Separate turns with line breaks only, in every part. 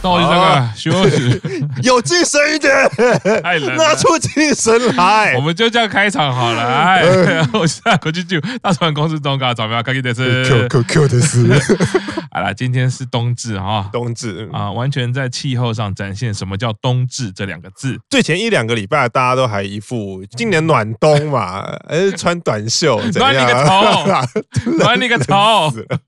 那我就这
啊
个徐若许，
有精神一点，
太冷了
拿出精神 来
我。们就这样开场好了。哎， 我是国际剧大船公司总搞早苗，开机的
Q
是。
Q Q 的是
好了，今天是冬至哈。
冬至，
啊，完全在气候上展现什么叫“冬至”这两个 字。
最前一两个礼拜大家都还一副今年暖 冬嘛，哎，穿短袖怎
暖
样？
你个头暖你个头
死了！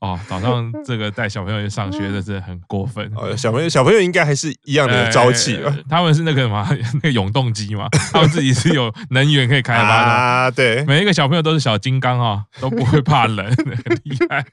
哦！早上这个带小朋友去上学，这是很过分。
哦，小朋友小朋友应该还是一样的朝气吧
呃。他们是那个什么，那个永动机嘛，他们自己是有能源可以开 发的。
啊，对，
每一个小朋友都是小金刚哦，都不会怕冷， 很厉害。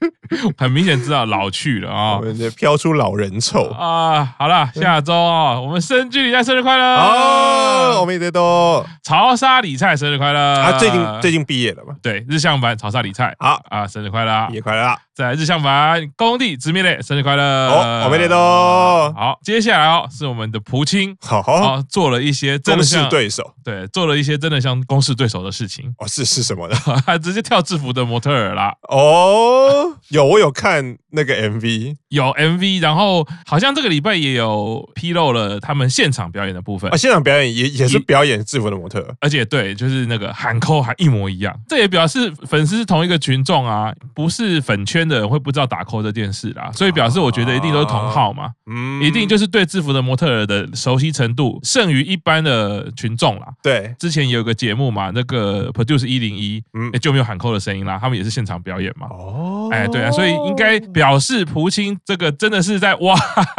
很明显知道老去了啊、
我们就飘出老人臭。
啊、好了，下周哦，我们深居理菜生日快乐！
哦，我们也
啊
都
潮沙理菜生日快乐！
啊，最近最近毕业了嘛，
对日向版潮沙理菜
好
啊，哦生日快乐
毕！业快乐啦！
在日向版工地直面类生日快乐！
哦我们也都
好，接下来哦是我们的蒲青
好，
哦，做了一些真
正
的
式
像
对手
对做了一些真的像公式对手的事情，
哦，是是什么呢？
直接跳制服的模特儿啦。
哦，有我有看那个 MV
有 MV，然后好像这个礼拜也有披露了他们现场表演的部分
啊，，现场表演也也是表演制服的模特，
而且对，就是那个喊扣喊一模一样，这也表示粉丝是同一个群众啊，不是粉圈的人会不知道打扣这件事啦，所以表示我觉得一定都是同号嘛，
嗯
一定就是对制服的模特儿的熟悉程度胜于一般的群众啦。
对，
之前也有个节目嘛，那个 Produce 一零一哎
嗯，
就没有喊扣的声音啦，他们也是现场表演嘛。
哦
哎，对啊，所以应该表示蒲青这个真的是在哇，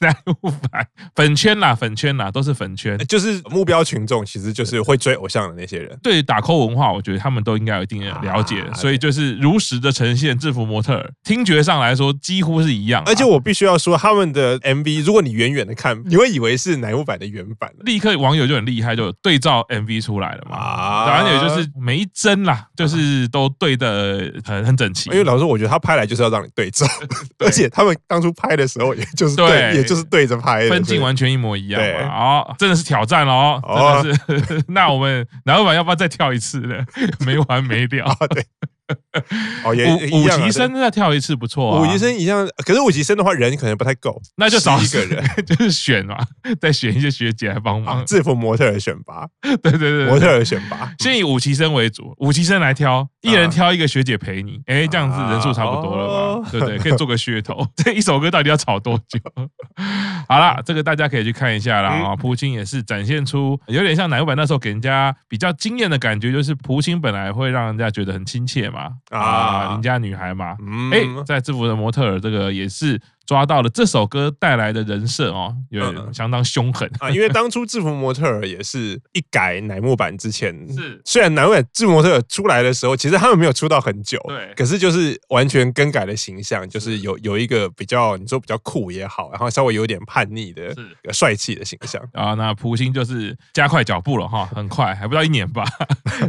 南无版粉圈啦，粉圈啦，都是粉圈。
哎就是目标群众其实就是会追偶像的那些人，
对于打 call 文化，我觉得他们都应该有一定的了解，
啊
所以就是如实的呈现制服模特儿，听觉上来说几乎是一样啊，
而且我必须要说，他们的 MV，如果你远远的看，你会以为是乃木坂的原版
立刻网友就很厉害，就有对照 MV 出来了嘛。
啊
当然，也就是每一帧啦，就是都对的很很整齐
因。为老师，我觉得他拍来就是要让你 对照，而且他们当初拍的时候，也就是对，
对
也就是对着拍的，
分
所以
镜完全一模一样
对
嘛，哦，真的是挑战了哦，真的是。 那我们南老板要不要再跳一次呢？ 没完没 了。
啊，对，哦，也
五
一
五
样啊
级生再跳一次不错
对
啊，
五级生一样，可是五级生的话人可能不太够，
那就找
11个人，
就是选嘛， 再选一些学姐来帮
啊
忙。
制服模特儿选拔，
对对对，
模
对
特儿选拔，
先以五级生为主，五级生来挑，一人挑一个学姐陪你，哎，这样子人数差不多了嘛
啊哦，
对不对？可以做个噱头。 这一首歌到底要炒多久？ 好啦，这个大家可以去看一下
嗯
啦啊。蒲青也是展现出有点像奶油版那时候给人家比较惊艳的感觉，就是蒲青本来会让人家觉得很亲切嘛，
啊
啊，邻家女孩嘛，
嗯，
哎、在《制服的模特儿》这个也是抓到了这首歌带来的人设哦，有
嗯
相当凶狠。
啊，因为当初制服模特儿也是一改乃木坂之前
是
虽然南美制模特出来的时候，其实他们没有出道很久，
对
可是就是完全更改了形象，就是有有一个比较你说比较酷也好，然后稍微有点叛逆的
是、
呃帅气的形象。
啊，那蒲星就是加快脚步了哈，很快，还不到一年吧，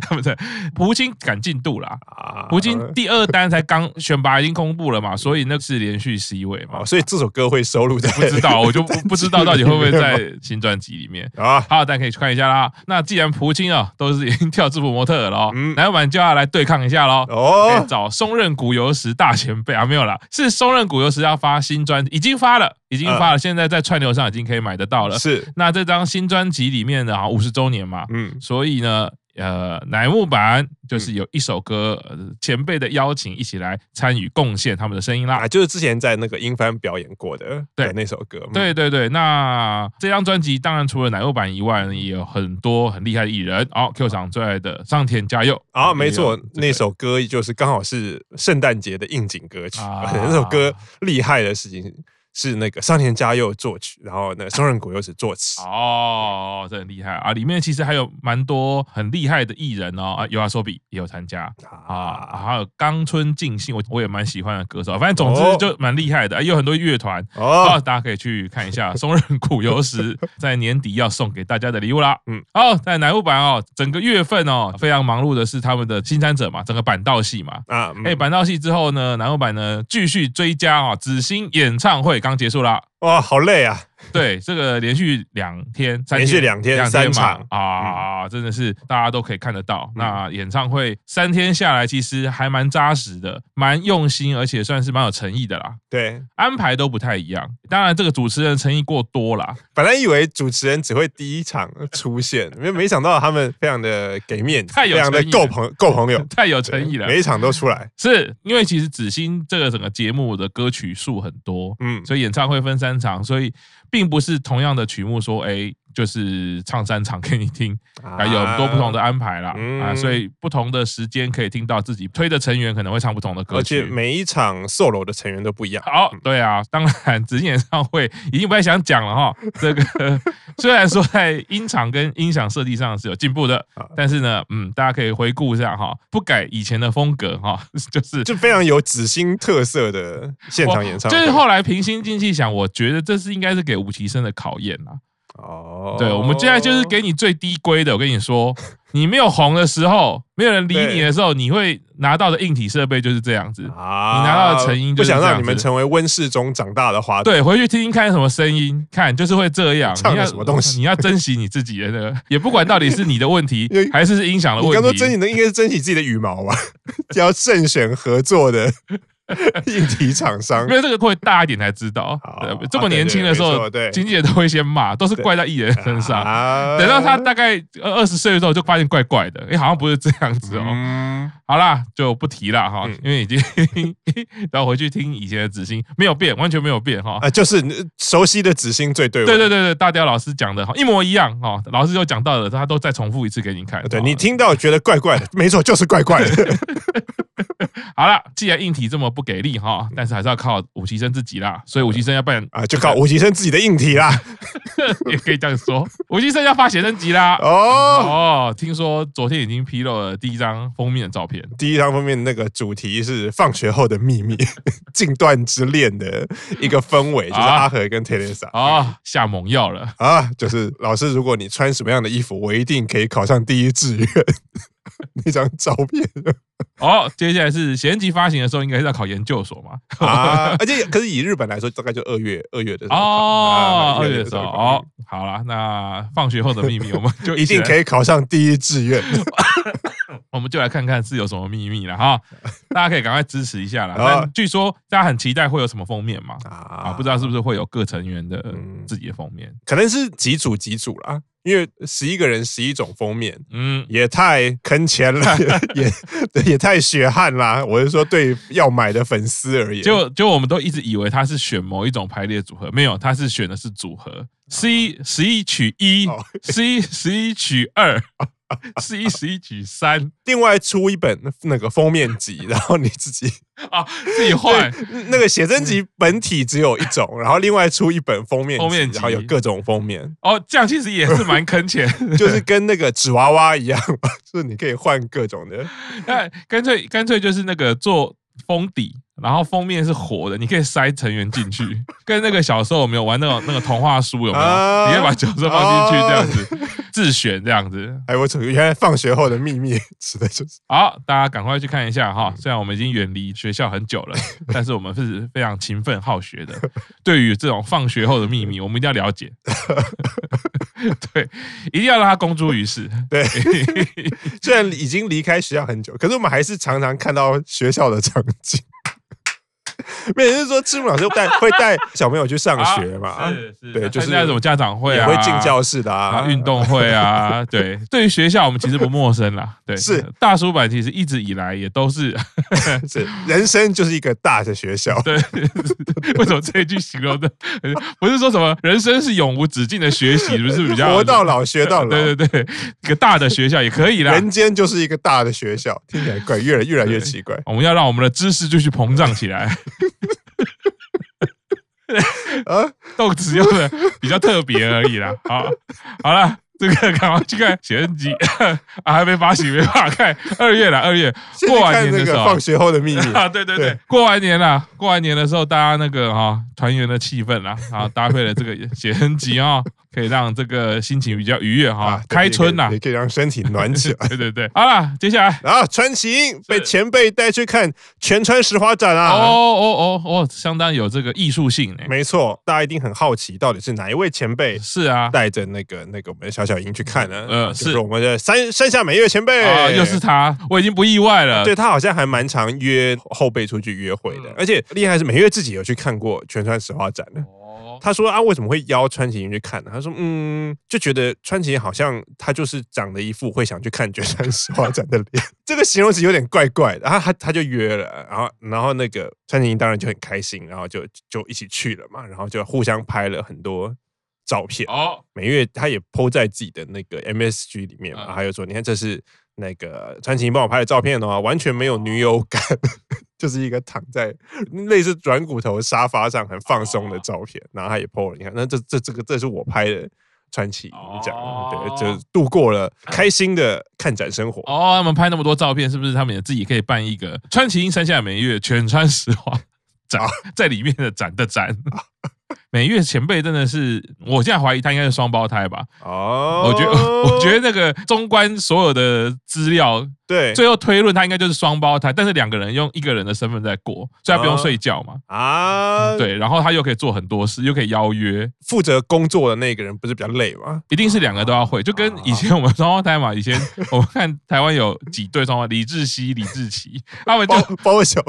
对不对？蒲星赶进度啦，
啊
蒲星第二单才刚选拔已经公布了嘛，所以那是连续 C 位嘛
哦，，所以这首歌会收录在
不知道我就不不知道到底会不会在 新专辑里面。
啊，
好，大家可以去看一下啦。那既然蒲青啊都是已经跳制服模特儿了哦，
嗯
男友版就要来对抗一下喽。可以
哦，
找松任谷由实大前辈啊，没有啦，是松任谷由实要发新专，已经发了，已经发了，
嗯
现在在串流上已经可以买得到了。
是，
那这张新专辑里面呢，啊，五十周年嘛，
嗯，
所以呢，呃，乃木坂就是有一首歌，呃前辈的邀请一起来参与贡献他们的声音啦。
啊，就是之前在那个英翻表演过的
对
的那首歌，嗯，
对对对，那这张专辑当然除了乃木坂以外，也有很多很厉害的艺人。哦，Q 厂最爱的上田佳佑
啊，没错
也有，
那首歌 就是刚好是圣诞节的应景歌曲，
啊
那首歌厉害的事情。是那个上田佳佑作曲，然后那个松任谷由子作词。
哦，这很厉害啊！里面其实还有蛮多很厉害的艺人哦，啊，有阿索比也有参加啊，
啊
还有冈村静信，我我也蛮喜欢的歌手，反正总之
哦
就蛮厉害的，啊也有很多乐团啊，
哦，
大家可以去看一 下松任谷由实在年底要送给大家的礼物啦。嗯
嗯，
好，在南部版哦，整个月份哦非常忙碌的是他们的新参者嘛，整个板道系嘛。
啊，嗯
哎、板道系之后呢，南部版呢继续追加哦，紫星演唱会刚结束啦。
哇，好累啊！
对，这个连续两天，三
连续两天
两
三
嘛
场嗯
啊，真的是大家都可以看得到。那演唱会三天下来，其实还蛮扎实的，蛮用心，而且算是蛮有诚意的啦。
对，
安排都不太一样，当然这个主持人诚意过多啦，
本来以为主持人只会第一场出现，没没想到他们非常的给面子，
太有
非常的
诚意了
够朋够朋友，
太有诚意了。
每一场都出来。
是因为其实子欣这个整个节目的歌曲数很多，
嗯，
所以演唱会分三场，所以并不是同样的曲目说，哎，就是唱三场给你听，啊，有很多不同的安排啦，
嗯
啊，所以不同的时间可以听到自己推的成员可能会唱不同的歌
而且
曲。
每嗯一场 solo 的成员都不一样。
好，对啊，当然，直演唱会已经不太想讲了哈。这个虽然说在音场跟音响设计上是有进步的
好，
但是呢，嗯，大家可以回顾一下哈，不改以前的风格哈， 就是
就非常有紫星特色的现
我
场演唱会，
就是后来平心静气想，我觉得这是应该是给吴奇生的考验啦。
哦
对，我们现在就是给你最低规的。我跟你 说，你没有红的时候，没有人理你的时候，你会拿到的硬体设备就是这样子。
啊
你拿到的成因就
不
是这样
想
子
让你们成为温室中长大的花朵。
对，回去听听看什么声音，看就是会这样。
唱的
你要
什么东西
你要珍惜你自己的那个， 也不管到底是你的问题
因为
还是是音响的
你刚说
问
珍惜
题。
的应该是珍惜自己的羽毛吧， 要慎选合作的硬体厂 商
因。为这个会大一点才知道
好，
对
啊
这么
对
年
对
轻的
没
时候
错，对
经纪人都会先骂，都是怪在艺人身上。
啊
等到他大概二十岁的时候，就发现怪怪的，哎，好像不是这样子哦。
嗯
好啦，就不提了哈
嗯，
因为已经 然后回去听以前的子欣没有变，完全没有变哈。
啊，就是呃熟悉的紫星最对我。
对对对对，大雕老师讲的哈一模一样哈，老师有讲到的，他都再重复一次给你看。
啊对
哈
你听到觉得怪怪的， 没错，就是怪怪的。
好啦，既然硬体这么不给力哈，
嗯
但是还是要靠武其生自己啦，所以武其生要办
啊，就靠吴奇生自己的硬体啦。
也可以这样说，武其生要发写真集啦。
哦，
哦，听说昨天已经披露了第一张封面的照片，
第一张封面那个主题是放学后的秘密， 禁断之恋的一个氛围，就是
啊
阿和跟 Teresa
哦，下猛药了。
啊，就是老师，如果你穿什么样的衣服，我一定可以考上第一志愿。 那张照片
哦，接下来是写真集发行的时候，应该是要考研究所嘛。
啊，而且可是以日本来说，大概就二月二月的啊时候
哦，
考啊
二月的时候，
考
哦，好啦，那放学后的秘 密，我们就
一定
以，
可以考上第一 志愿。
我们就来看看是有什么秘密了哈。大家可以赶快支持一下啦。
好
但据说大家很期待会有什么封面嘛？啊，
啊
不知道是不是会有各成员的
嗯
自己的封面？
可能是几组几组啦，因为十一个人十一种封面，
嗯，
也太坑 钱了，也也对也太血汗啦。我是说，对要买的粉丝而言，
就就我们都一直以为他是选某一种排列组合，没有，他是选的是组合，C 十一取一
哦
，C 十一取 二，C 十一取三
另外出一本那个封面集，然后你自己
啊，自己换。
那个写真集本体只有一种，然后另外出一本封面
嗯封面集
然后有各种 封面，
哦，这样其实也是蛮坑钱的，
就是跟那个纸娃娃一样 嘛，就是你可以换各种的。
那 干脆干脆就是那个做封底，然后封面是活的，你可以塞成员进 去，跟那个小时候我们有玩那种那个童话书有没有？
啊哦
你可以把角色放进去这样子，自选这样子。
哎，我原来放学后的秘密指的就是
好，大家赶快去看一下
嗯
哈。虽然我们已经远离学校很久了， 但是我们是非常勤奋好学的。对于这种放学后的秘
嗯
密，我们一定要了解。 对，一定要让它公诸于世。
对，虽然已经离开学校很久，可是我们还是常常看到学校的场景。没有，就是说，志木老师带会带小朋友去上学嘛，
啊是是，
对就是
参加什么家长会
也
啊，
会进教室的啊
啊，，运动会 啊，对，对于学校我们其实不陌生啦。对，
是
大叔版其实一直以来也都是
是人生就是一个大的学校，
对， 为什么这一句形容的不是说什么人生是永无止境的学习，不是比较
活到老学到老，
对对对，一个大的学校也可以啦。
人间就是一个大的学校，听起来怪，越来越来越奇怪。
我们要让我们的知识继续膨胀起来。
啊，
动词用的比较特别而已啦。好，好了。这个赶快去看《写真集》 啊，还没发行，没办法看。二月啦，二月
先去
过完
看
年
那
的时
个
候，
放学后的 秘密。
啊，对对对
对，
过完年啦，过完年的时候，大家那个哈、团圆的气氛啦，啊，搭配了这个写真集啊、可以让这个心情比较愉悦哈、
啊，对
开春呐、
也可以也可以让身体暖起 来。
对对对，好啦，接下来。
然后川崎英被前辈带去看全川石花展
哦
啊，
哦哦哦，相当有这个艺术性呢、
没错，大家一定很好奇，到底是哪一位前辈
是啊，
带着那个那个我们的小小英去看呢？
呃
就是我们的山山下美月前辈
啊，又是他，我已经不意外了。
对他好像还蛮常约后辈出去约会
嗯
的，而且厉害是美月自己有去看过全川石花展的。
哦，
他说啊，为什么会邀川崎英去看呢？他说，嗯，就觉得川崎英好像他就是长得一副会想去看绝山石化展的脸， 这个形容词有点怪怪的。然后他他就约了，然后然后那个川崎英当然就很开心，然后就就一起去了嘛，然后就互相拍了很多照片。
哦，
每月他也 PO 在自己的那个 MSG 里面嘛，
嗯
还有说，你看这是那个川崎帮我拍的照片哦，完全没有女友感， 就是一个躺在类似软骨头沙发上很放松
哦
的照片，然后他也 PO 了，你看，那这这这个这是我拍的。川崎这样，
哦
对，就度过了开心的看展生活。
哦，他们拍那么多照片，是不是他们也自己可以办一个川崎英山下美月全川石花
啊
展，在里面的展的展？美月前辈真的是，我现在怀疑他应该是双胞胎吧？
哦
我觉得，我觉得那个中观所有的资料，
对
最后推论他应该就是双胞胎，但是两个人用一个人的身份在过，所以他不用
哦
睡觉嘛。
啊，，
嗯对，然后他又可以做很多事，又可以邀约，
负责工作的那个人不是比较累吗？
一定是两个都要会，就跟以前我们双胞胎嘛，以前 我们看台湾有几对双胞，李志熙、李志 奇，他们就
包包小，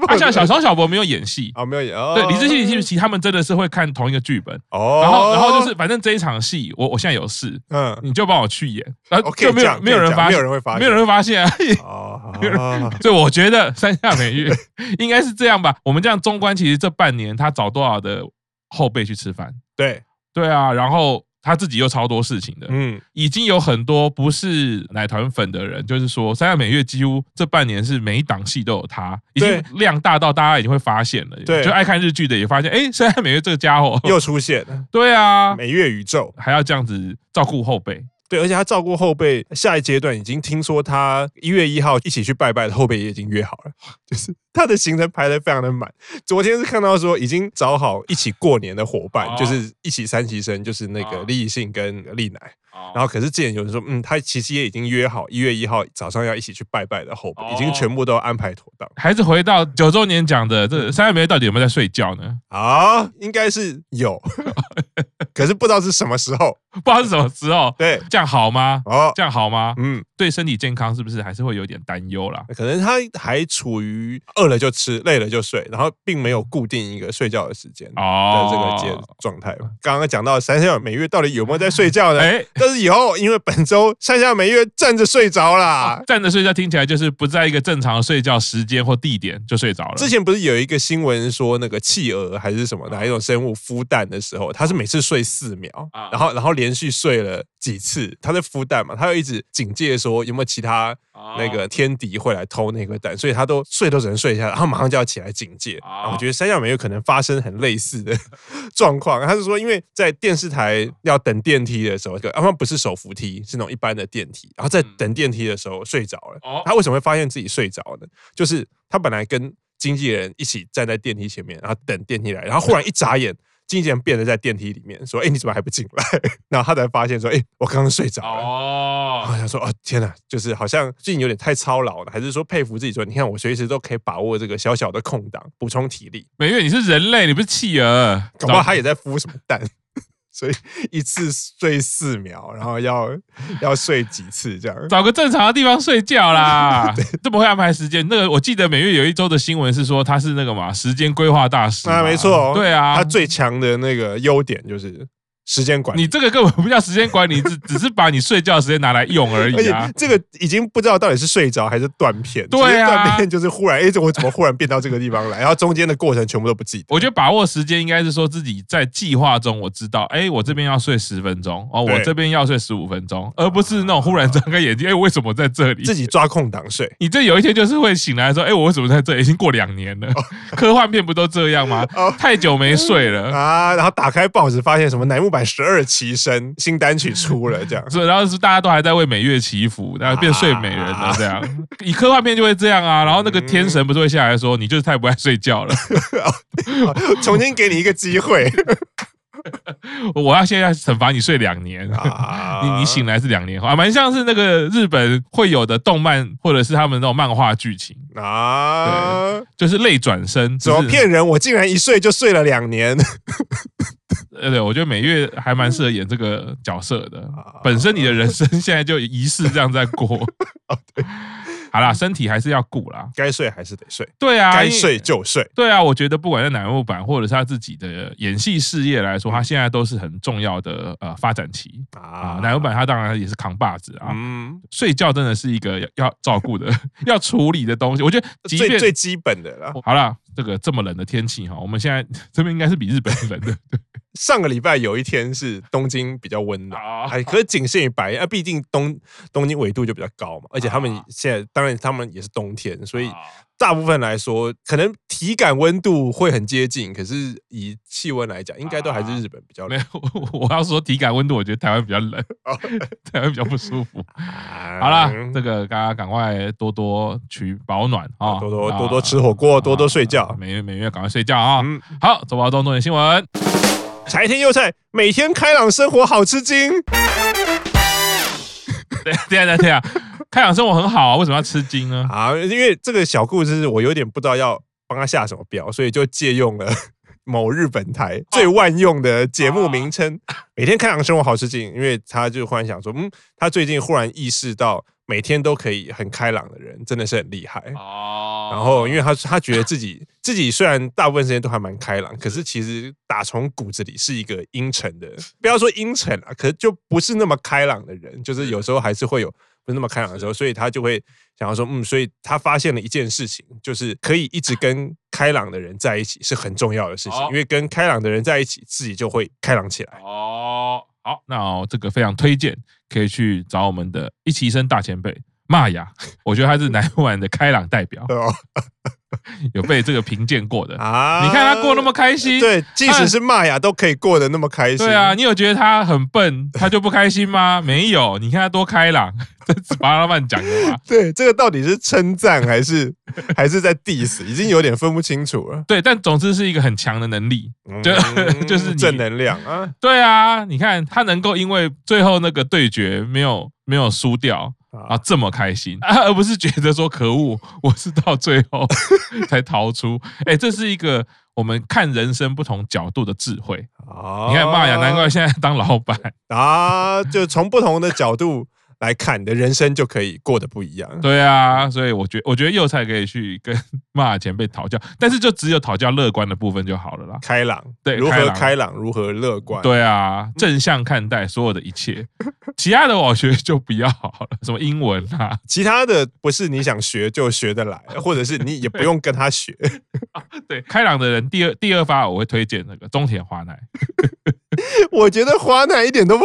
啊，像小小小博没有演戏，
啊没有演，哦
对，李志熙、李志奇他们真的是会看同一个剧本，
哦，
然后然后就是反正这一场戏，我我现在有 事，
嗯，
你就帮我去演， 然后
哦可以
就没
这
有
样
没有
可以
人
这样
发
没
现
有。人会发现，
没有人会发现啊！
哦
没有
啊
所以我觉得山下美月应该是这样吧。我们这样中观，其实这半年他找多少的后辈去吃饭？
对，
对啊，然后他自己又超多事情的，
嗯，
已经有很多不是奶团粉的人，就是说山下美月几乎这半年是每一档戏都有他，已经量大到大家已经会发现了。
对
就爱看日剧的也发现，哎，山下美月这个家伙，
又出现了
对啊，
美月宇宙，
还要这样子照顾后辈。
对，而且他照顾后辈，下一阶段已经听说他一月一号一起去拜拜的后辈也已经约好了， 就是他的行程排得非常的满。昨天是看到说已经找好一起过年的伙伴，
哦
就是一起三级生，就是那个
哦
李以信跟丽乃。
然
然后可是之前有人说，嗯，他其实也已经约好一月一号早上要一起去拜拜的后辈，已经
哦
全部都安排妥当。
还是回到九周年讲的，
嗯
这山下美月到底有没有在睡觉呢？
啊，应该是有，可是不知道是什么时候。
不知道是什么时候。
对，
这样好吗？
哦，
这样啊好吗？
嗯，
对身体健康是不是还是会有点担忧啦？
可能他还处于饿了就吃，累了就睡，然后并没有固定一个睡觉的时间的这个
哦，
阶状态吧。刚刚讲到山下美月到底有没有在睡觉呢？
哎，
但是以后因为本周山下美月站着睡着啦。
站着睡觉听起来就是不在一个正常的睡觉时间或地点就睡着了。
之前不是有一个新闻说，那个企鹅还是什么哪一种生物孵蛋的时候，它是每次睡四秒
啊，
然后然后连续睡了几次，它在孵蛋嘛，它又一直警戒说有没有其他
啊
那个天敌会来偷那个蛋，所以他都睡都只能睡一下，然后马上就要起来警戒。
哦
然后我觉得山下美有可能发生很类似的 状况。他是说，因为在电视台要等电梯的时候，他们不是手扶梯，是那种一般的电梯，然后在等电梯的时候睡着了
哦。
他为什么会发现自己睡着呢？就是他本来跟经纪人一起站在电梯前面，然后等电梯来，然后忽然一眨眼。经纪人变得在电梯里面说：“哎、你怎么还不进来？” 然后他才发现说：“哎、我刚刚睡着了。”然后
哦，
想说，哦，天哪，就是好像最近有点太操劳了，还是说佩服自己说，你看我随时都可以把握这个小小的空档，补充体力。
美月你是人类，你不是企鹅，
搞不好他也在孵什么蛋， 所以一次睡四秒，然后要要睡几次这样。
找个正常的地方睡觉 啦。这么会安排时间？那个我记得美月有一周的新闻是说他是那个嘛时间规划大师嘛
啊，没错，
对啊，
他最强的那个优点就是时间管理。
你这个根本不叫时间管理，只 只是把你睡觉的时间拿来用而
而
已啊
且。这个已经不知道到底是睡着还是断片，
对啊
就是断片就是忽然，哎，这我怎么忽然变到这个地方 来？然后中间的过程全部都不记得。
我觉得把握时间应该是说自己在计划中，我知道，哎，我这边要睡十分钟，哦，
对
我这边要睡十五分钟，而不是那种忽然睁开眼睛，哎，为什么在这里？
自己抓空档睡，
你这有一天就是会醒来说，哎，我为什么在这里？已经过两年了，科幻片不都这样吗
哦？
太久没睡了。
啊，然后打开报纸，发现什么乃木坂十二期生新单曲出了，这样
是，然后是大家都还在为美月祈福，然后变睡美人了
啊嗯
这样。以科幻片就会这样啊，然后那个天神不是会下来说，你就是太不爱睡觉了，
重新给你一个机会
我要现在惩罚你睡两年。
啊！
你你醒来是两年后啊，蛮像是那个日本会有的动漫或者是他们那种漫画剧情，
啊？
就是类转身，
怎么
就是
骗人？我竟然一睡就睡了两年
呃，对，我觉得美月还蛮适合演这个角色的
啊。
本身你的人生 现在就仪式这样在 过。
哦
好啦，身体还是要顾啦。
该睡还是得睡，
对啊，
该
因为
睡就睡。
对啊，我觉得不管在乃木坂或者是他自己的演戏事业来
嗯
说，他现在都是很重要的呃发展期啊。乃木坂他当然也是扛把子啊，
嗯，
睡觉真的是一个要要照顾的、 要处理的东西。我觉得，即
最
便
最基本的啦。
好啦，这个这么冷的天气哈，我们现在这边应该是比日本冷 的
上个礼拜有一天是东京比较温暖，
啊。
哎，可是仅限于白天啊，毕竟东东京纬度就比较高嘛，而且他们
啊
现在当然他们也是冬天，所以
啊
大部分来说，可能体感温度会很接近，可是以气温来讲，应该都还是日本比 较
啊没
冷
有， 我我要说体感温度，我觉得台湾比较冷
哦，
台湾比较不舒 服。
啊。
好啦，这个大家赶快多多取保暖啊，
多多
啊
多多吃火锅，多多睡
啊
觉。
每月每月赶快睡觉啊
嗯。
好，走吧，动动点新闻。
柴天佑菜，每天开朗生活好吃惊。
对对对对啊， 开朗生活很好啊，为什么要吃惊呢？
啊，因为这个小故事我有点不知道要帮他下什么标，所以就借用了 某日本台最万用的节目名称《每天开朗生活好吃惊》，因为他就忽然想说，嗯，他最近忽然意识到，每天都可以很开朗的人真的是很厉害。
哦
然后，因为他他觉得自己自己虽然大部分时间都还蛮开朗，可是其实打从骨子里是一个阴沉的，不要说阴沉啊，可是就不是那么开朗的人，就是有时候还是会有不是那么开朗的时候，所以他就会想要说，嗯，所以他发现了一件事情，就是可以一直跟开朗的人在一起是很重要的事情
好，
因为跟开朗的人在一起，自己就会开朗起来。
哦，好，那、这个非常推荐，可以去找我们的一起生大前辈玛雅， 我觉得他是南湾的开朗代 表，
哦
有被这个评鉴过的。
啊
你看他过那么开心，
对，即使是玛雅都可以过得那么开心。
对啊，你有觉得他很笨，他就不开心吗？ 没有，你看他多开朗， 这是巴拉曼讲的嘛。
对，这个到底是称赞还是还是在 diss，已经有点分不清楚了。嗯
对，但总之是一个很强的能力。就 就是你
正能量啊
对啊，你看他能够因为最后那个对决没有没有输掉，啊，
啊！
这么开心， 啊、而不是觉得说可恶，我是到最后才逃出。哎、这是一个我们看人生不同角度的智慧。你
你
看玛雅，难怪现在当老板，
啊，就从不同的角度来看，你的人生就可以过得不一样。
对啊，所以我觉我觉得幼菜可以去跟玛雅前辈讨教，但是就只有讨教乐观的部分就好了啦。
开朗，
对
如
开
何
朗
开朗，如何乐观，，
对啊，正向看待所有的一切，其他的我觉得就不要好了，什么英文啊，
其他的不是你想学就学得来，或者是你也 不用跟他学。
对，开朗的人第二第二发我会推荐那个中田花奈，
我觉得花奈一点都不，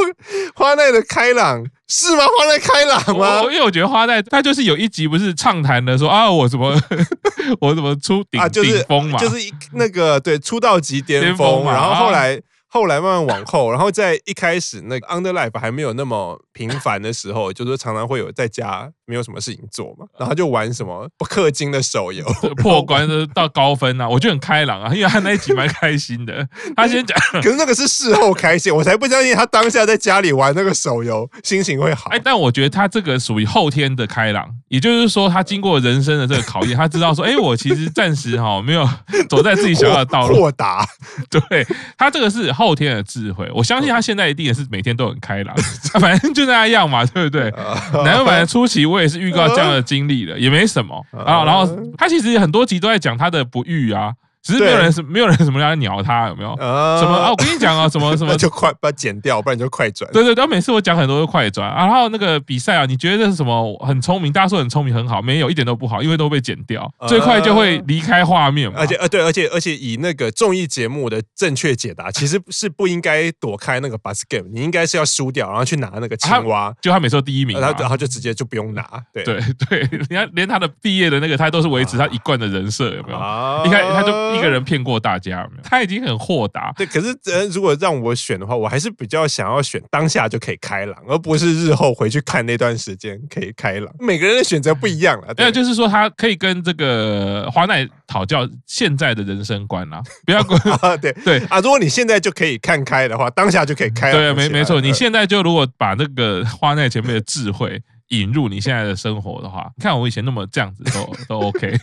花奈的开朗是吗？花奈开朗吗
我？因为我觉得花奈他就是有一集不是畅谈的说啊，我怎么 我怎么出顶
啊，就是
顶峰嘛，
就是一那个对出道即巅
巅
峰，
峰嘛
然后后
啊
来、后来慢慢往后，然后在一开始那个 Underlife 还没有那么频繁的时候，就是常常会有在家没有什么事情做
嗯
嘛，然后就玩什么不氪金的手游，
破关的到高分啊，我觉得很开朗啊，因为他那一集蛮开心的，他先讲，
可是那个是事后开心，我才不相信他当下在家里玩那个手游心情会好
哎，。但我觉得他这个属于后天的开朗，也就是说他经过人生的这个考验，他知道说，哎，我其实暂时哈没有走在自己想要的道
豁
路，
豁达，
对他这个是后天的智慧，我相信他现在一定也是每天都很开朗，啊反正就那样嘛，对不对？ 南版的初期，我也是 预告这样的经历了，也没什么啊。然后他其实很多集都在讲他的不育啊，只是没有人是没有人什么人来鸟他， 有没有？
啊
什么啊？我跟你讲 啊，什么什么
那就快把它剪掉，不然你就快转。
对对，然后每次我讲很多都快转啊，然后那个比赛啊，你觉得是什么很聪明？大家说很聪明很好，没有一点都不好，因为都被剪掉，
呃
最快就会离开画面嘛。
而且呃对，而且而且以那个综艺节目的正确解 答，其实是不应该躲开那个 bus game，你应该是要输掉，然后去拿那个青蛙，
啊就他每次都第一名嘛
然后，然后就直接就不用拿。对
对对，人家连他的毕业的那个，他都是维持他一贯的人设，有没有？
啊
一开始他就一个人骗过大家，有没有？他已经很豁达，
对，可是呃，如果让我选的话，我还是比较想要选当下就可以开朗，而不是日后回去看那段时间可以开朗。每个人的选择不一样了，
没
对
有，就是说他可以跟这个华奈讨教现在的人生观啦，不要 跟
啊，对
对
啊，如果你现在就可以看开的话，当下就可以开朗起
对，
来。
没没错。
呃
你现在就如果把那个花在前面的智慧引入你现在的生活的 话，你看我以前那么这样子都都 OK，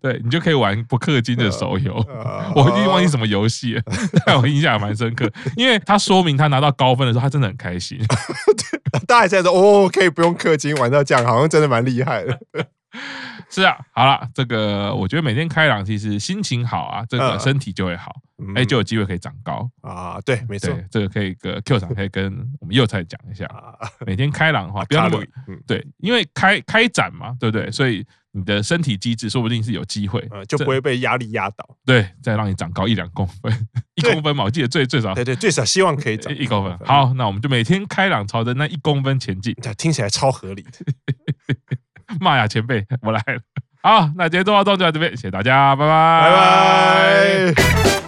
对你就可以玩不氪金的手游。
呃
我已经忘记什么游戏
哦
了， 但我印象还蛮深刻，因为他说明他拿到高分的时候，他真的很开 心。
大家现在说哦，可以不用氪金玩到这样，好像真的蛮厉害的。
是啊，好了，这个我觉得每天开朗，其实心情好啊，这个
嗯
身体就会好，
嗯
哎，就有机会可以长高。
啊，对，没错
对，这个可以跟 Q 厂可以跟我们幼菜讲一下，
啊，
每天开朗的话，不要那么
卡路里嗯
对，因为开开展嘛，对不对？所以你的身体机制说不定是有机会，
呃就不会被压力压倒。
对，再让你长高一两公分， 一
对
公分嘛，我记得最最少
对对，最少希望可 以长
一公分。，好，那我们就每天开朗，朝着那一公分前进。
这听起来超合理的。
玛雅前辈，我来了。好，那今天周报动就到这边，谢谢大家，拜拜，
拜拜。